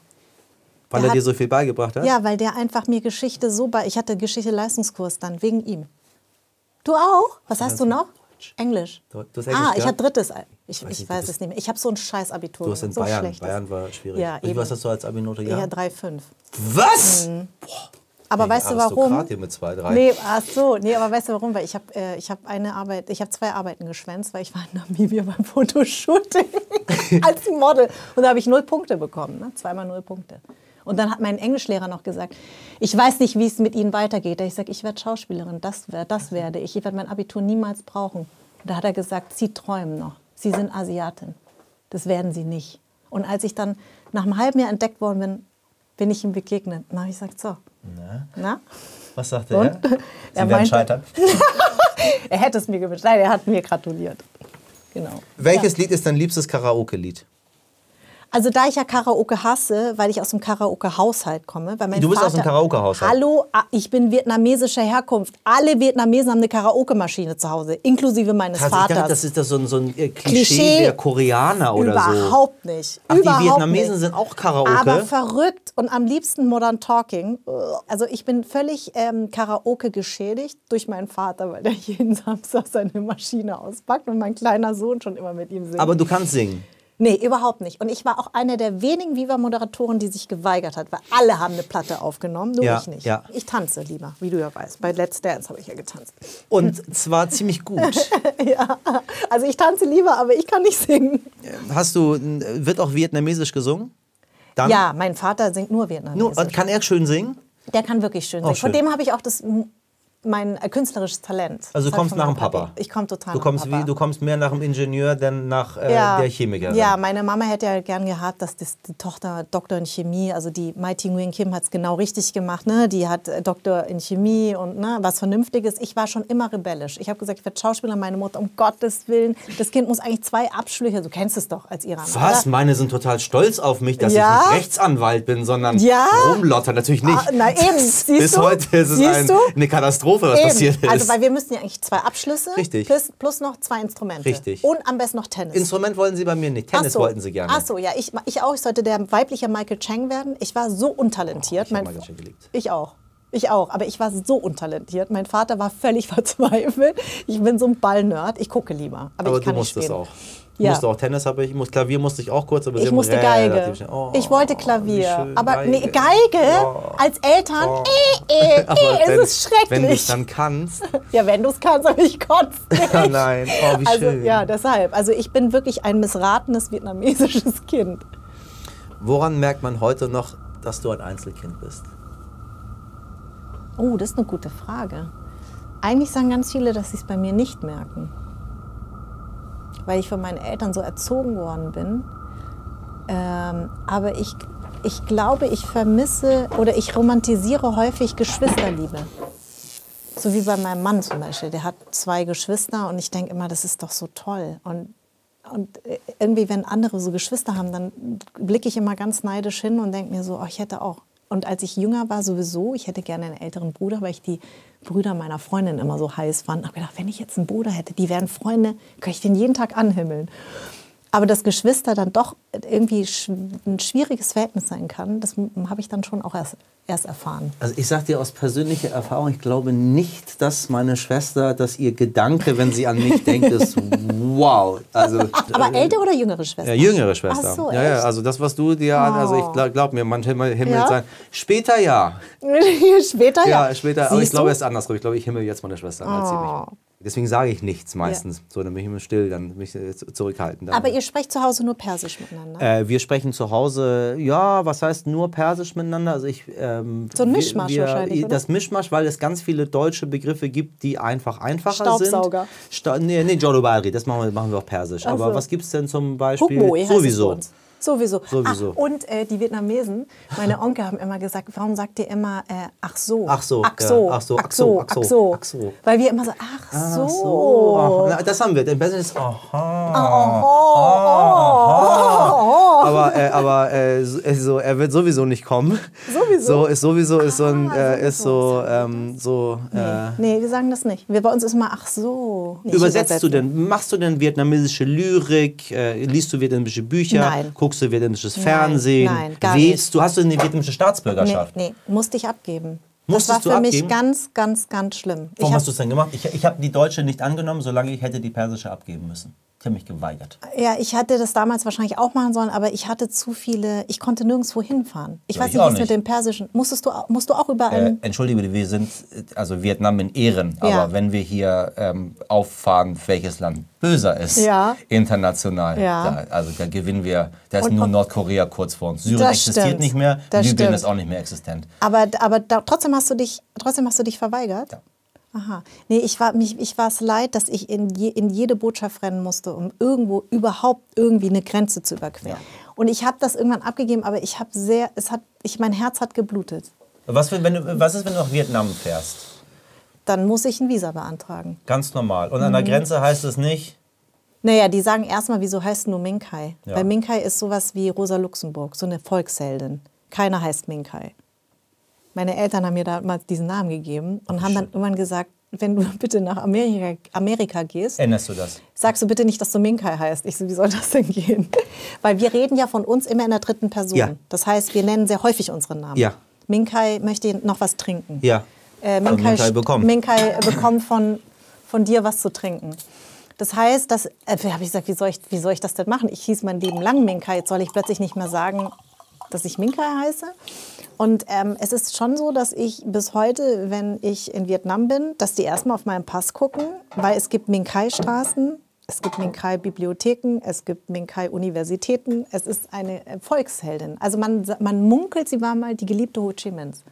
Speaker 2: Weil
Speaker 1: Der
Speaker 2: er dir
Speaker 1: hat-
Speaker 2: so viel beigebracht hat?
Speaker 1: Ja, weil der einfach mir Geschichte so bei. Ich hatte Geschichte-Leistungskurs dann wegen ihm. Du auch? Was hast du noch? Englisch.
Speaker 2: Also, Du- du hast Englisch
Speaker 1: ah, ich hatte
Speaker 2: gehabt?
Speaker 1: drittes. Al- Ich,
Speaker 2: Weiß
Speaker 1: ich
Speaker 2: nicht,
Speaker 1: weiß
Speaker 2: drittes.
Speaker 1: es nicht mehr. Ich habe so ein scheiß Abitur.
Speaker 2: Du hast in
Speaker 1: so ein
Speaker 2: Bayern.
Speaker 1: schlechtes.
Speaker 2: Bayern war schwierig.
Speaker 1: Ja,
Speaker 2: Und
Speaker 1: eben.
Speaker 2: was hast du als Abi-Note
Speaker 1: Ja,
Speaker 2: gehabt?
Speaker 1: 3,5.
Speaker 2: was?
Speaker 1: Aber
Speaker 2: Wegen
Speaker 1: weißt du warum?
Speaker 2: Aristokrat hier mit zwei, drei.
Speaker 1: Nee, ach so, nee, aber weißt du warum? Weil ich habe äh, ich hab eine Arbeit, ich habe zwei Arbeiten geschwänzt, weil ich war in Namibia <laughs> beim Fotoshooting als Model und da habe ich null Punkte bekommen, ne? zweimal null Punkte. Und dann hat mein Englischlehrer noch gesagt, ich weiß nicht, wie es mit Ihnen weitergeht. Da ich sage, ich werde Schauspielerin, das, wer- das werde ich, ich werde mein Abitur niemals brauchen. Und da hat er gesagt, Sie träumen noch, Sie sind Asiatin, das werden Sie nicht. Und als ich dann nach einem halben Jahr entdeckt worden bin, bin ich ihm begegnet. Na, hab ich gesagt, so, na?
Speaker 3: Was sagt
Speaker 1: Und? <laughs>
Speaker 3: er? Sie
Speaker 1: Er
Speaker 3: werden
Speaker 1: meinte-
Speaker 3: scheitern.
Speaker 1: <laughs> Er hätte es mir gewünscht. Nein, er hat mir gratuliert. Genau.
Speaker 2: Welches Lied ist dein liebstes Karaoke-Lied?
Speaker 1: Also da ich ja Karaoke hasse, weil ich aus dem Karaoke-Haushalt komme. Weil mein
Speaker 2: Du bist
Speaker 1: Vater,
Speaker 2: aus dem Karaoke-Haushalt?
Speaker 1: Hallo, ah, ich bin vietnamesischer Herkunft. Alle Vietnamesen haben eine Karaoke-Maschine zu Hause, inklusive meines
Speaker 2: Tatsächlich, ich dachte, das
Speaker 1: Vaters.
Speaker 2: ist das so ein, so ein äh, Klischee,
Speaker 1: Klischee.
Speaker 2: der Koreaner oder so.
Speaker 1: Überhaupt nicht.
Speaker 2: Ach, die
Speaker 1: Überhaupt
Speaker 2: Vietnamesen
Speaker 1: nicht.
Speaker 2: sind auch Karaoke?
Speaker 1: Aber verrückt und am liebsten Modern Talking. Also ich bin völlig ähm, Karaoke geschädigt durch meinen Vater, weil der jeden <laughs> Samstag seine Maschine auspackt und mein kleiner Sohn schon immer mit ihm singt.
Speaker 2: Aber du kannst singen.
Speaker 1: Nee, überhaupt nicht. Und ich war auch eine der wenigen Viva-Moderatoren, die sich geweigert hat, weil alle haben eine Platte aufgenommen, nur
Speaker 2: Ja,
Speaker 1: ich nicht.
Speaker 2: ja.
Speaker 1: Ich tanze lieber, wie du ja weißt. Bei Let's Dance habe ich ja getanzt. <laughs>
Speaker 2: Und zwar ziemlich gut.
Speaker 1: ja, also ich tanze lieber, aber ich kann nicht singen.
Speaker 2: Hast du, n- wird auch vietnamesisch gesungen? Dann?
Speaker 1: Ja, mein Vater singt nur
Speaker 2: Nur,
Speaker 1: Vietnamesisch.
Speaker 2: und kann er schön singen?
Speaker 1: Der kann wirklich schön singen. Von
Speaker 2: schön.
Speaker 1: dem habe ich auch das, m- mein äh, künstlerisches Talent. Das
Speaker 2: Also du
Speaker 1: hat
Speaker 2: kommst
Speaker 1: von
Speaker 2: nach dem
Speaker 1: meinem
Speaker 2: Papa.
Speaker 1: Ich komme total
Speaker 2: Du kommst,
Speaker 1: nach Papa.
Speaker 2: Wie, du kommst mehr nach dem Ingenieur, denn nach äh, der Chemikerin.
Speaker 1: Ja, meine Mama hätte ja gern gehabt, dass das, die Tochter Doktor in Chemie, also die Mighty Nguyen Kim hat es genau richtig gemacht. Ne? Die hat äh, Doktor in Chemie und ne, was Vernünftiges. Ich war schon immer rebellisch. Ich habe gesagt, ich werde Schauspieler, meine Mutter, um Gottes Willen. Das Kind muss eigentlich zwei Abschlüsse, du kennst es doch als Iraner.
Speaker 2: Was?
Speaker 1: oder?
Speaker 2: Meine sind total stolz auf mich, dass
Speaker 1: Ja?
Speaker 2: ich nicht Rechtsanwalt bin, sondern
Speaker 1: Ja?
Speaker 2: rumlotter. Natürlich nicht.
Speaker 1: Ah,
Speaker 2: <laughs>
Speaker 1: na eben, siehst
Speaker 2: Bis
Speaker 1: du?
Speaker 2: heute ist es
Speaker 1: Siehst
Speaker 2: ein,
Speaker 1: du?
Speaker 2: eine Katastrophe, was
Speaker 1: Eben.
Speaker 2: passiert ist.
Speaker 1: Also, weil wir müssen ja eigentlich zwei Abschlüsse
Speaker 2: Richtig.
Speaker 1: Plus, plus noch zwei Instrumente.
Speaker 2: Richtig.
Speaker 1: Und am besten noch Tennis.
Speaker 2: Instrument wollten sie bei mir nicht. Tennis
Speaker 1: Ach so.
Speaker 2: wollten sie gerne.
Speaker 1: Ach so, ja, ich, ich auch. Ich sollte der weibliche Michael Chang werden. Ich war so untalentiert.
Speaker 2: Ich hab
Speaker 1: Mein-
Speaker 2: Michael Chang geliebt.
Speaker 1: Ich auch. Ich auch, aber ich war so untalentiert. Mein Vater war völlig <laughs> verzweifelt. Ich bin so ein Ballnerd. Ich gucke lieber, aber,
Speaker 2: Aber
Speaker 1: ich
Speaker 2: du
Speaker 1: kann
Speaker 2: musstest
Speaker 1: nicht spielen.
Speaker 2: auch. Ich
Speaker 1: Ja.
Speaker 2: musste auch Tennis, aber ich muss, Klavier musste ich auch kurz, aber sie
Speaker 1: Ich
Speaker 2: haben
Speaker 1: musste
Speaker 2: relativ
Speaker 1: Geige.
Speaker 2: schnell- Oh,
Speaker 1: ich wollte
Speaker 2: wie
Speaker 1: Klavier.
Speaker 2: schön,
Speaker 1: Aber nee, Geige
Speaker 2: Ja.
Speaker 1: als Eltern,
Speaker 2: Oh.
Speaker 1: eh, eh, eh,
Speaker 2: <laughs> Aber
Speaker 1: es
Speaker 2: wenn-
Speaker 1: ist schrecklich.
Speaker 2: Wenn du es
Speaker 1: <laughs>
Speaker 2: dann kannst. <laughs>
Speaker 1: ja, wenn du es kannst, aber ich konnte
Speaker 2: Oh nein, oh, <laughs> wie
Speaker 1: Also,
Speaker 2: schön.
Speaker 1: ja, deshalb. Also ich bin wirklich ein missratenes vietnamesisches Kind.
Speaker 2: Woran merkt man heute noch, dass du ein Einzelkind bist?
Speaker 1: Oh, das ist eine gute Frage. Eigentlich sagen ganz viele, dass sie es bei mir nicht merken. Weil ich von meinen Eltern so erzogen worden bin. Ähm, aber ich, ich glaube, ich vermisse oder ich romantisiere häufig Geschwisterliebe. So wie bei meinem Mann zum Beispiel. Der hat zwei Geschwister und ich denke immer, das ist doch so toll. Und, und irgendwie, wenn andere so Geschwister haben, dann blicke ich immer ganz neidisch hin und denke mir so, oh, ich hätte auch. Und als ich jünger war, sowieso, ich hätte gerne einen älteren Bruder, weil ich die Brüder meiner Freundin immer so heiß fand. Ich habe gedacht, wenn ich jetzt einen Bruder hätte, die wären Freunde, könnte ich den jeden Tag anhimmeln. Aber dass Geschwister dann doch irgendwie schw- ein schwieriges Verhältnis sein kann, das m- habe ich dann schon auch erst, erst erfahren.
Speaker 2: Also ich sag dir aus persönlicher Erfahrung, ich glaube nicht, dass meine Schwester, dass ihr Gedanke, wenn sie an mich denkt, ist wow. Also
Speaker 1: Aber ältere oder jüngere Schwester?
Speaker 2: Ja, jüngere Schwester.
Speaker 1: Ach so,
Speaker 2: ja, ja,
Speaker 1: echt? Oh.
Speaker 2: also das, was du dir an, also ich glaub, glaub mir, manchmal Himmel
Speaker 1: Ja?
Speaker 2: sein. Später ja.
Speaker 1: <laughs> später, ja.
Speaker 2: Ja, später, aber ich
Speaker 1: Siehst
Speaker 2: glaube,
Speaker 1: du?
Speaker 2: es ist andersrum. Ich glaube, ich himmel jetzt meine Schwester an als sie
Speaker 1: Oh.
Speaker 2: mich. Deswegen sage ich nichts meistens. So, dann bin ich immer still, dann mich äh, zu- zurückhalten. Dann.
Speaker 1: Aber ihr sprecht zu Hause nur Persisch miteinander.
Speaker 2: Äh, wir sprechen zu Hause, ja, was heißt nur Persisch miteinander? Also ich, ähm,
Speaker 1: So ein
Speaker 2: wir-
Speaker 1: Mischmasch
Speaker 2: wir,
Speaker 1: wahrscheinlich, oder?
Speaker 2: Das Mischmasch, weil es ganz viele deutsche Begriffe gibt, die einfach einfacher
Speaker 1: Staubsauger.
Speaker 2: sind. Staubsauger. Nee, nee Jolobari, das machen wir, machen wir auf Persisch. Aber
Speaker 1: so.
Speaker 2: was gibt es denn zum Beispiel?
Speaker 1: Hukmoi heißt
Speaker 2: Sowieso.
Speaker 1: es bei uns. Sowieso.
Speaker 2: Sowieso.
Speaker 1: Ach, und äh, die Vietnamesen, meine Onkel haben immer gesagt, warum sagt ihr immer äh, ach so?
Speaker 2: Ach so,
Speaker 1: ach
Speaker 2: ja.
Speaker 1: so,
Speaker 2: Ach so,
Speaker 1: ach so, ach so,
Speaker 2: ach so.
Speaker 1: Weil wir immer so, ach so. Ah,
Speaker 2: Ach Ah, so. Aha. Na, das haben wir. Im Persisch ist aha.
Speaker 1: <laughs>
Speaker 2: Aber, äh, aber äh, so, äh, so, er wird sowieso nicht kommen.
Speaker 1: Sowieso?
Speaker 2: So ist sowieso ist so ein
Speaker 1: Ah,
Speaker 2: äh, ist so ähm, so. Äh,
Speaker 1: Nee, wir sagen das nicht. Wir, bei uns ist immer ach so. Nicht
Speaker 2: Übersetzt du
Speaker 1: übersetzen.
Speaker 2: denn, machst du denn vietnamesische Lyrik, äh, liest du vietnamesische Bücher,
Speaker 1: Nein.
Speaker 2: guckst du vietnamesisches Fernsehen,
Speaker 1: nein, gar
Speaker 2: wählst du, hast du eine vietnamesische
Speaker 1: Nee,
Speaker 2: Staatsbürgerschaft?
Speaker 1: nee, musste ich abgeben.
Speaker 2: Musstest
Speaker 1: das war
Speaker 2: du
Speaker 1: für mich
Speaker 2: abgeben?
Speaker 1: ganz, ganz, ganz schlimm. Ich
Speaker 2: Warum
Speaker 1: hab-
Speaker 2: hast du es denn gemacht? Ich, ich habe die deutsche nicht angenommen, solange ich hätte die persische abgeben müssen. Ich habe mich geweigert.
Speaker 1: Ja, ich hatte das damals wahrscheinlich auch machen sollen, aber ich hatte zu viele, ich konnte nirgendwo hinfahren. Ich
Speaker 2: Ja,
Speaker 1: weiß
Speaker 2: ich
Speaker 1: nicht,
Speaker 2: auch
Speaker 1: wie es
Speaker 2: nicht.
Speaker 1: mit dem Persischen. Musstest du, au- musst du auch überall.
Speaker 4: Äh, entschuldige bitte, wir sind äh, also Vietnam in Ehren,
Speaker 1: Ähm, Ja.
Speaker 4: aber wenn wir hier ähm, auffahren, welches Land böser ist,
Speaker 1: Ja.
Speaker 4: international,
Speaker 1: Ja.
Speaker 4: da, also da gewinnen wir, da ist
Speaker 1: Und-
Speaker 4: nur
Speaker 1: und-
Speaker 4: Nordkorea kurz vor uns. Syrien
Speaker 1: Das
Speaker 4: existiert
Speaker 1: stimmt.
Speaker 4: nicht mehr,
Speaker 1: Das
Speaker 4: Libyen
Speaker 1: stimmt.
Speaker 4: ist auch nicht mehr existent.
Speaker 1: Aber, aber da, trotzdem, hast du dich, trotzdem hast du dich verweigert?
Speaker 4: Ja.
Speaker 1: Aha. Nee, ich war mich, ich war es leid, dass ich in, je, in jede Botschaft rennen musste, um irgendwo überhaupt irgendwie eine Grenze zu überqueren. Und ich habe das irgendwann abgegeben, aber ich habe sehr, es hat, ich, mein Herz hat geblutet.
Speaker 2: Was, wenn du, was ist, wenn du nach Vietnam fährst?
Speaker 1: Dann muss ich ein Visa beantragen.
Speaker 2: Ganz normal. Und an der Grenze heißt es nicht.
Speaker 1: Naja, die sagen erstmal, wieso heißt nur Minkai?
Speaker 2: Ja.
Speaker 1: Weil Minkai ist sowas wie Rosa Luxemburg, so eine Volksheldin. Keiner heißt Minkai. Meine Eltern haben mir damals diesen Namen gegeben und haben dann irgendwann gesagt, wenn du <laughs> bitte nach Amerika, Amerika gehst,
Speaker 2: Änderst du das?
Speaker 1: sagst du bitte nicht, dass du Minkai heißt. Ich so, wie soll das denn
Speaker 2: <laughs>
Speaker 1: gehen? Weil wir reden ja von uns immer in der dritten Person.
Speaker 2: Ja.
Speaker 1: Das heißt, wir nennen sehr häufig unseren Namen.
Speaker 2: Ja.
Speaker 1: Minkai möchte noch was trinken.
Speaker 2: Ja.
Speaker 1: Äh,
Speaker 2: Also
Speaker 1: Minkai,
Speaker 2: Minkai bekommen.
Speaker 1: Minkai äh, bekommt von, von dir was zu trinken. Das heißt, dass, äh, habe ich gesagt, wie soll ich, wie soll ich das denn machen? Ich hieß mein Leben lang Minkai. Jetzt soll ich plötzlich nicht mehr sagen, dass ich Minkai heiße. Und ähm, es ist schon so, dass ich bis heute, wenn ich in Vietnam bin, dass die erstmal auf meinen Pass gucken, weil es gibt Minkai-Straßen, es gibt Minkai-Bibliotheken, es gibt Minkai-Universitäten. Es ist eine äh, Volksheldin. Also man, sa- man munkelt, sie war mal die geliebte Ho Chi Minhs.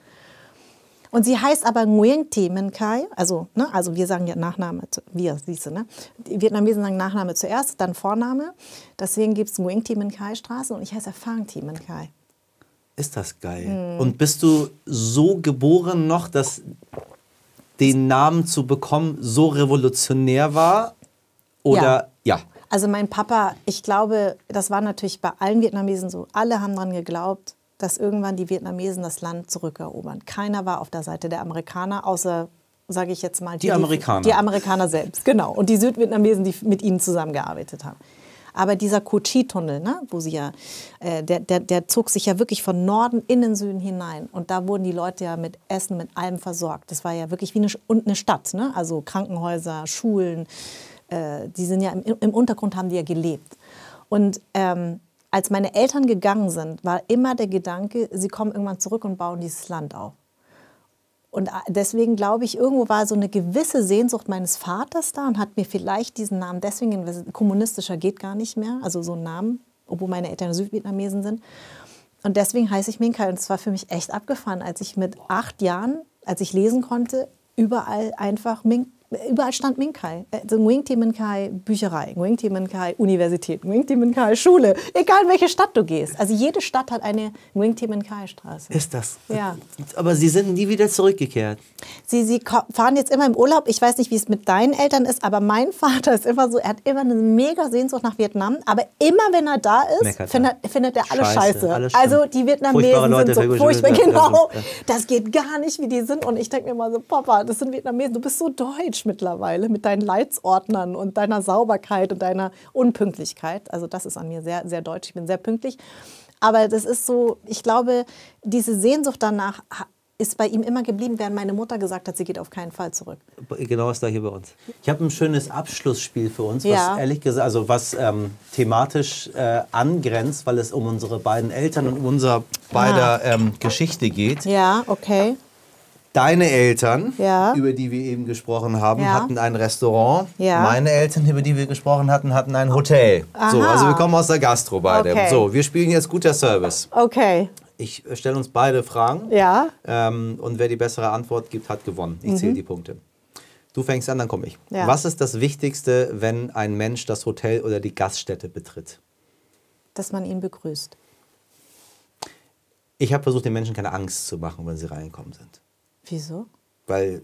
Speaker 1: Und sie heißt aber Nguyen Thi Minh Khai, also, ne, also wir sagen ja Nachname, zu, wir, siehst du, ne? Die Vietnamesen sagen Nachname zuerst, dann Vorname. Deswegen gibt es Nguyen Thi Minh Khai Straße und ich heiße Phang Thi Minh Khai.
Speaker 2: Ist das geil. Und bist du so geboren noch, dass den Namen zu bekommen so revolutionär war? Oder ja.
Speaker 1: Also mein Papa, ich glaube, das war natürlich bei allen Vietnamesen so. Alle haben daran geglaubt, dass irgendwann die Vietnamesen das Land zurückerobern. Keiner war auf der Seite der Amerikaner, außer, sage ich jetzt mal,
Speaker 2: Die Amerikaner.
Speaker 1: Die Amerikaner selbst, genau. Und die Südvietnamesen, die mit ihnen zusammengearbeitet haben. Aber dieser Kochi-Tunnel, ne, wo sie ja, äh, der, der, der zog sich ja wirklich von Norden in den Süden hinein. Und da wurden die Leute ja mit Essen, mit allem versorgt. Das war ja wirklich wie eine, Sch- und eine Stadt. Ne? Also Krankenhäuser, Schulen. Äh, die sind ja im, im Untergrund haben die ja gelebt. Und ähm, als meine Eltern gegangen sind, war immer der Gedanke, sie kommen irgendwann zurück und bauen dieses Land auf. Und äh, deswegen glaube ich, irgendwo war so eine gewisse Sehnsucht meines Vaters da und hat mir vielleicht diesen Namen deswegen, investiert. kommunistischer geht gar nicht mehr, also so ein Namen, obwohl meine Eltern Südvietnamesen sind. Und deswegen heiße ich Minkai und es war für mich echt abgefahren, als ich mit acht Jahren, als ich lesen konnte, überall einfach Mink, überall stand Minkai. Also Nguyen Minkai Bücherei, Nguyen Minkai Universität, Nguyen Minkai Schule, egal in welche Stadt du gehst. Also jede Stadt hat eine Nguyen Minkai Straße.
Speaker 2: Ist das?
Speaker 1: Ja.
Speaker 2: Aber sie sind nie wieder zurückgekehrt.
Speaker 1: Sie, sie ko- fahren jetzt immer im Urlaub. Ich weiß nicht, wie es mit deinen Eltern ist, aber mein <laughs> Vater ist immer so, er hat immer eine mega Sehnsucht nach Vietnam. Aber immer, wenn er da ist,
Speaker 2: Meckert
Speaker 1: findet, findet er alles scheiße.
Speaker 2: Scheiße, alles stimmt.
Speaker 1: also die
Speaker 2: Furchtbare
Speaker 1: Vietnamesen sind
Speaker 2: Leute,
Speaker 1: so
Speaker 2: furchtbare
Speaker 1: furchtbar,
Speaker 2: Leute,
Speaker 1: genau.
Speaker 2: ja.
Speaker 1: Das geht gar nicht, wie die sind. Und ich denke mir mal so, Papa, das sind Vietnamesen. Du bist so deutsch mittlerweile mit deinen Leitsordnern und deiner Sauberkeit und deiner Unpünktlichkeit. Also das ist an mir sehr, sehr deutsch. Ich bin sehr pünktlich. Aber das ist so, ich glaube, diese Sehnsucht danach ha- ist bei ihm immer geblieben, während meine Mutter gesagt hat, sie geht auf keinen Fall zurück.
Speaker 2: Genau das gleiche bei uns. Ich habe ein schönes Abschlussspiel für uns, was
Speaker 1: Ja.
Speaker 2: ehrlich gesagt, also was ähm, thematisch äh, angrenzt, weil es um unsere beiden Eltern und um unser beider
Speaker 1: Ah.
Speaker 2: ähm, Geschichte geht.
Speaker 1: Ja, okay.
Speaker 2: Deine Eltern,
Speaker 1: Ja.
Speaker 2: über die wir eben gesprochen haben,
Speaker 1: Ja.
Speaker 2: hatten ein Restaurant.
Speaker 1: Ja.
Speaker 2: Meine Eltern, über die wir gesprochen hatten, hatten ein Hotel. So,
Speaker 1: Aha.
Speaker 2: also wir kommen aus der Gastro beide.
Speaker 1: Okay.
Speaker 2: So, wir spielen jetzt guter Service.
Speaker 1: Okay.
Speaker 2: Ich äh, stelle uns beide Fragen.
Speaker 1: Ja.
Speaker 2: Ähm, und wer die bessere Antwort gibt, hat gewonnen. Ich zähle die Punkte. Du fängst an, dann komme ich.
Speaker 1: Mhm. Ja.
Speaker 2: Was ist das Wichtigste, wenn ein Mensch das Hotel oder die Gaststätte betritt?
Speaker 1: Dass man ihn begrüßt.
Speaker 2: Ich habe versucht, den Menschen keine Angst zu machen, wenn sie reinkommen sind.
Speaker 1: Wieso?
Speaker 2: Weil,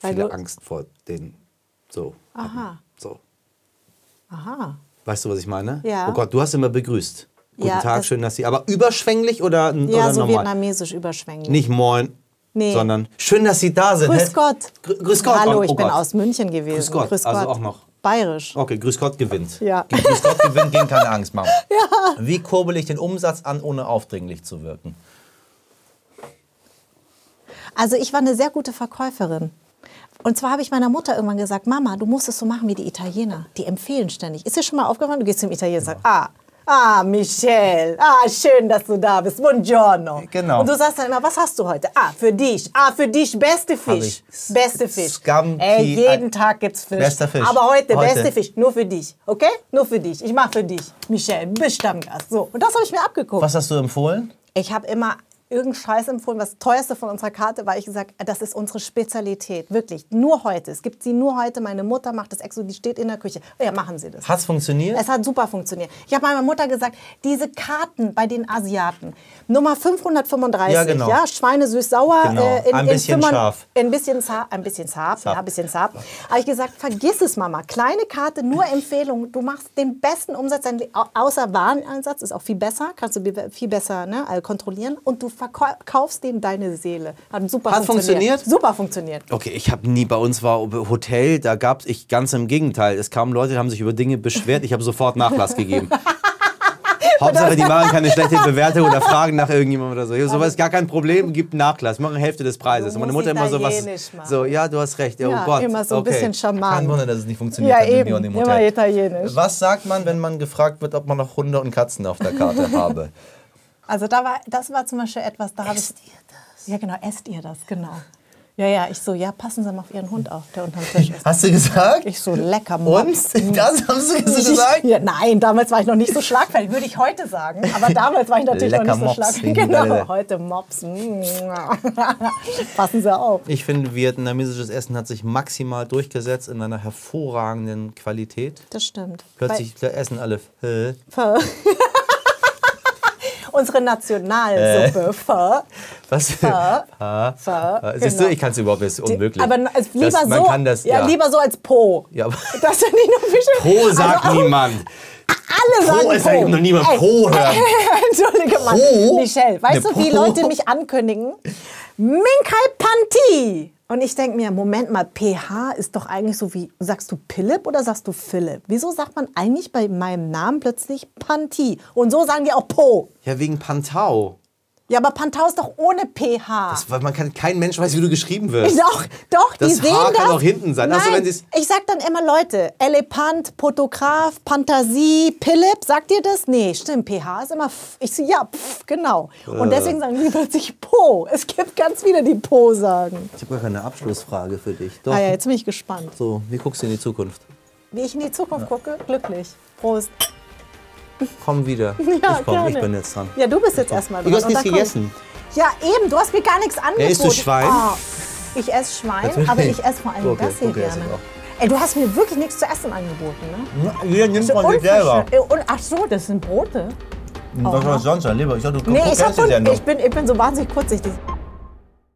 Speaker 1: Weil
Speaker 2: viele
Speaker 1: du-
Speaker 2: Angst vor denen so
Speaker 1: Aha.
Speaker 2: haben. So.
Speaker 1: Aha.
Speaker 2: Weißt du, was ich meine?
Speaker 1: Ja.
Speaker 2: Oh Gott, du hast immer begrüßt. Guten
Speaker 1: Ja,
Speaker 2: Tag,
Speaker 1: das-
Speaker 2: schön, dass Sie. Aber überschwänglich oder, n-
Speaker 1: Ja,
Speaker 2: oder
Speaker 1: so
Speaker 2: normal?
Speaker 1: vietnamesisch überschwänglich.
Speaker 2: Nicht moin,
Speaker 1: Nee.
Speaker 2: sondern schön, dass Sie da sind.
Speaker 1: Grüß
Speaker 2: Hätt-
Speaker 1: Gott.
Speaker 2: Gr grüß Gott.
Speaker 1: Hallo,
Speaker 2: Oh,
Speaker 1: ich
Speaker 2: oh
Speaker 1: bin
Speaker 2: Gott.
Speaker 1: aus München gewesen.
Speaker 2: Grüß Gott. Also auch noch.
Speaker 1: Bayerisch.
Speaker 2: Okay, Grüß Gott gewinnt.
Speaker 1: Ja.
Speaker 2: Gegen Grüß Gott gewinnt, gegen keine Angst machen. Wie kurbel ich den Umsatz an, ohne aufdringlich zu wirken?
Speaker 1: Also ich war eine sehr gute Verkäuferin. Und zwar habe ich meiner Mutter irgendwann gesagt, Mama, du musst es so machen wie die Italiener. Die empfehlen ständig. Ist dir schon mal aufgefallen, du gehst zum Italiener und sagst, ah, ah, Michelle, ah, schön, dass du da bist, buongiorno.
Speaker 2: Genau.
Speaker 1: Und du sagst dann immer, was hast du heute? Ah, für dich, ah, für dich, beste Fisch,
Speaker 2: ich.
Speaker 1: beste Fisch.
Speaker 2: Scampi-
Speaker 1: Ey, jeden Tag gibt's Fisch.
Speaker 2: Bester Fisch.
Speaker 1: Aber heute,
Speaker 2: Heute.
Speaker 1: beste Fisch, nur für dich, okay? Nur für dich, ich mache für dich, Michelle, bist Stammgast. So, und das habe ich mir abgeguckt.
Speaker 2: Was hast du empfohlen?
Speaker 1: Ich habe immer irgendeinen Scheiß empfohlen, was teuerste von unserer Karte war. Ich gesagt, das ist unsere Spezialität, wirklich. Nur heute. Es gibt sie nur heute. Meine Mutter macht das extra, die steht in der Küche. Ja, machen Sie das.
Speaker 2: Hat's funktioniert?
Speaker 1: Es hat super funktioniert. Ich habe meiner Mutter gesagt, diese Karten bei den Asiaten, Nummer 535,
Speaker 2: Ja,
Speaker 1: ja,
Speaker 2: genau.
Speaker 1: Schweine süß-sauer,
Speaker 2: Genau.
Speaker 1: äh, in,
Speaker 2: Ein bisschen
Speaker 1: in Zimmern-
Speaker 2: scharf.
Speaker 1: Ein bisschen zart, ein bisschen zart,
Speaker 2: Zart.
Speaker 1: Ja, ein bisschen zart. Habe ich gesagt, vergiss es, Mama. Kleine Karte, nur Empfehlung. Du machst den besten Umsatz, dein- au- außer Wareneinsatz, ist auch viel besser, kannst du be- viel besser ne, äh, kontrollieren und du verkaufst denen deine Seele. Hat super
Speaker 2: Hat funktioniert?
Speaker 1: Super funktioniert.
Speaker 2: Okay, ich habe nie, bei uns war Hotel, da gab's ich ganz im Gegenteil. Es kamen Leute, die haben sich über Dinge beschwert, ich habe sofort Nachlass
Speaker 1: <laughs>
Speaker 2: gegeben. Hauptsache, die machen keine schlechte Bewertung oder fragen nach irgendjemandem oder so. So was gar kein Problem, gibt Nachlass, machen Hälfte des
Speaker 1: Du
Speaker 2: Preises. Und meine
Speaker 1: musst
Speaker 2: Mutter immer so was.
Speaker 1: italienisch machen.
Speaker 2: So, ja, du hast recht.
Speaker 1: Ja,
Speaker 2: oh Gott.
Speaker 1: immer so ein
Speaker 2: okay.
Speaker 1: bisschen charmant.
Speaker 2: Kein Wunder, dass es nicht funktioniert
Speaker 1: Ja,
Speaker 2: hat mit
Speaker 1: eben,
Speaker 2: mir und dem
Speaker 1: immer
Speaker 2: Hotel.
Speaker 1: italienisch.
Speaker 2: Was sagt man, wenn man gefragt wird, ob man noch Hunde und Katzen auf der
Speaker 1: <laughs>
Speaker 2: Karte habe?
Speaker 1: Also da war, das war zum Beispiel etwas, da habe ich. ihr das? Ja, genau, esst ihr das, genau. Ja, ja, ich so, ja, passen Sie mal auf Ihren Hund auf, der unterm Tisch ist.
Speaker 2: Hast du gesagt?
Speaker 1: Ich so, lecker, Mann.
Speaker 2: und? Das haben sie
Speaker 1: Ich-
Speaker 2: gesagt?
Speaker 1: Ja, nein, damals war ich noch nicht so schlagfertig, würde ich heute sagen. Aber damals war ich natürlich noch
Speaker 2: Lecker
Speaker 1: nicht
Speaker 2: Mops,
Speaker 1: so schlagfertig.
Speaker 2: wie die
Speaker 1: Genau,
Speaker 2: Welle.
Speaker 1: heute Mops. <laughs> Mua. <laughs> Passen Sie auf.
Speaker 2: Ich finde, vietnamesisches Essen hat sich maximal durchgesetzt in einer hervorragenden Qualität.
Speaker 1: Das stimmt.
Speaker 2: Plötzlich essen alle. Hä?
Speaker 1: Pho. Unsere
Speaker 2: Äh,
Speaker 1: Nationalsuppe. Pho.
Speaker 2: Was?
Speaker 1: Pho.
Speaker 2: <laughs> Ha?
Speaker 1: Pho.
Speaker 2: Siehst
Speaker 1: Genau.
Speaker 2: du, ich kann es überhaupt nicht, ist unmöglich.
Speaker 1: Aber na- es- lieber
Speaker 2: das, man
Speaker 1: so.
Speaker 2: kann das, ja,
Speaker 1: lieber so als Po.
Speaker 2: Ja, aber-
Speaker 1: Das sind nicht nur Fische.
Speaker 2: Pro sagt
Speaker 1: also auch
Speaker 2: niemand.
Speaker 1: Alle sagen
Speaker 2: Pro
Speaker 1: Po.
Speaker 2: ist ja eben noch niemand
Speaker 1: Ey. <laughs>
Speaker 2: Pro hören.
Speaker 1: Entschuldige mal,
Speaker 2: Pro? Ne,
Speaker 1: Michelle,
Speaker 2: Eine
Speaker 1: weißt du, wie
Speaker 2: Pro?
Speaker 1: Leute mich ankündigen? Minkai Panti. Und ich denke mir, Moment mal, PH ist doch eigentlich so wie, sagst du Philipp oder sagst du Philipp? Wieso sagt man eigentlich bei meinem Namen plötzlich Panti? Und so sagen die auch Po.
Speaker 2: Ja, wegen Pantau.
Speaker 1: Ja, aber Pantau ist doch ohne PH.
Speaker 2: Das, weil man kann, kein Mensch weiß, wie du geschrieben wirst.
Speaker 1: Doch, doch,
Speaker 2: Das
Speaker 1: die sehen
Speaker 2: Haar
Speaker 1: das.
Speaker 2: kann auch hinten sein.
Speaker 1: Nein,
Speaker 2: Also wenn sie's-
Speaker 1: ich sag dann immer Leute, Elefant, Potograph, Fantasie, Philipp, sagt ihr das? Nee, stimmt, PH ist immer F. Ich so, ja, Pf, genau. Und
Speaker 2: Äh.
Speaker 1: deswegen sagen die plötzlich Po. Es gibt ganz viele, die Po sagen.
Speaker 3: Ich habe gar keine Abschlussfrage für dich. Doch.
Speaker 1: Ah ja, jetzt bin ich gespannt.
Speaker 3: So, wie guckst du in die Zukunft?
Speaker 1: Wie ich in die Zukunft gucke, glücklich. Prost.
Speaker 3: Komm wieder.
Speaker 1: <laughs> Ja,
Speaker 3: ich komm, ich
Speaker 1: gerne.
Speaker 3: bin jetzt dran.
Speaker 1: Ja, du bist jetzt erstmal
Speaker 3: Du
Speaker 1: dran.
Speaker 3: hast
Speaker 1: Und
Speaker 3: nichts
Speaker 1: dann komm-
Speaker 3: gegessen.
Speaker 1: Ja, eben, du hast mir gar nichts angeboten.
Speaker 3: isst du Schwein?
Speaker 1: Ah, ich esse Schwein,
Speaker 3: Natürlich.
Speaker 1: aber ich esse vor allem
Speaker 3: Okay,
Speaker 1: das hier
Speaker 3: okay, esse
Speaker 1: gerne.
Speaker 3: ich auch.
Speaker 1: Ey, du hast mir wirklich nichts zu essen angeboten, ne?
Speaker 4: Hm,
Speaker 3: Jeder nimmt
Speaker 1: So
Speaker 3: von sich selber.
Speaker 1: unverschämt. Äh, Und, ach so, das sind Brote.
Speaker 4: Was soll das sonst sein? Lieber, ich dachte, du
Speaker 1: Oh. Nee, ich,
Speaker 4: guckst
Speaker 1: hab
Speaker 4: die
Speaker 1: so,
Speaker 4: Sendung.
Speaker 1: ich, bin, ich bin so wahnsinnig kurzsichtig.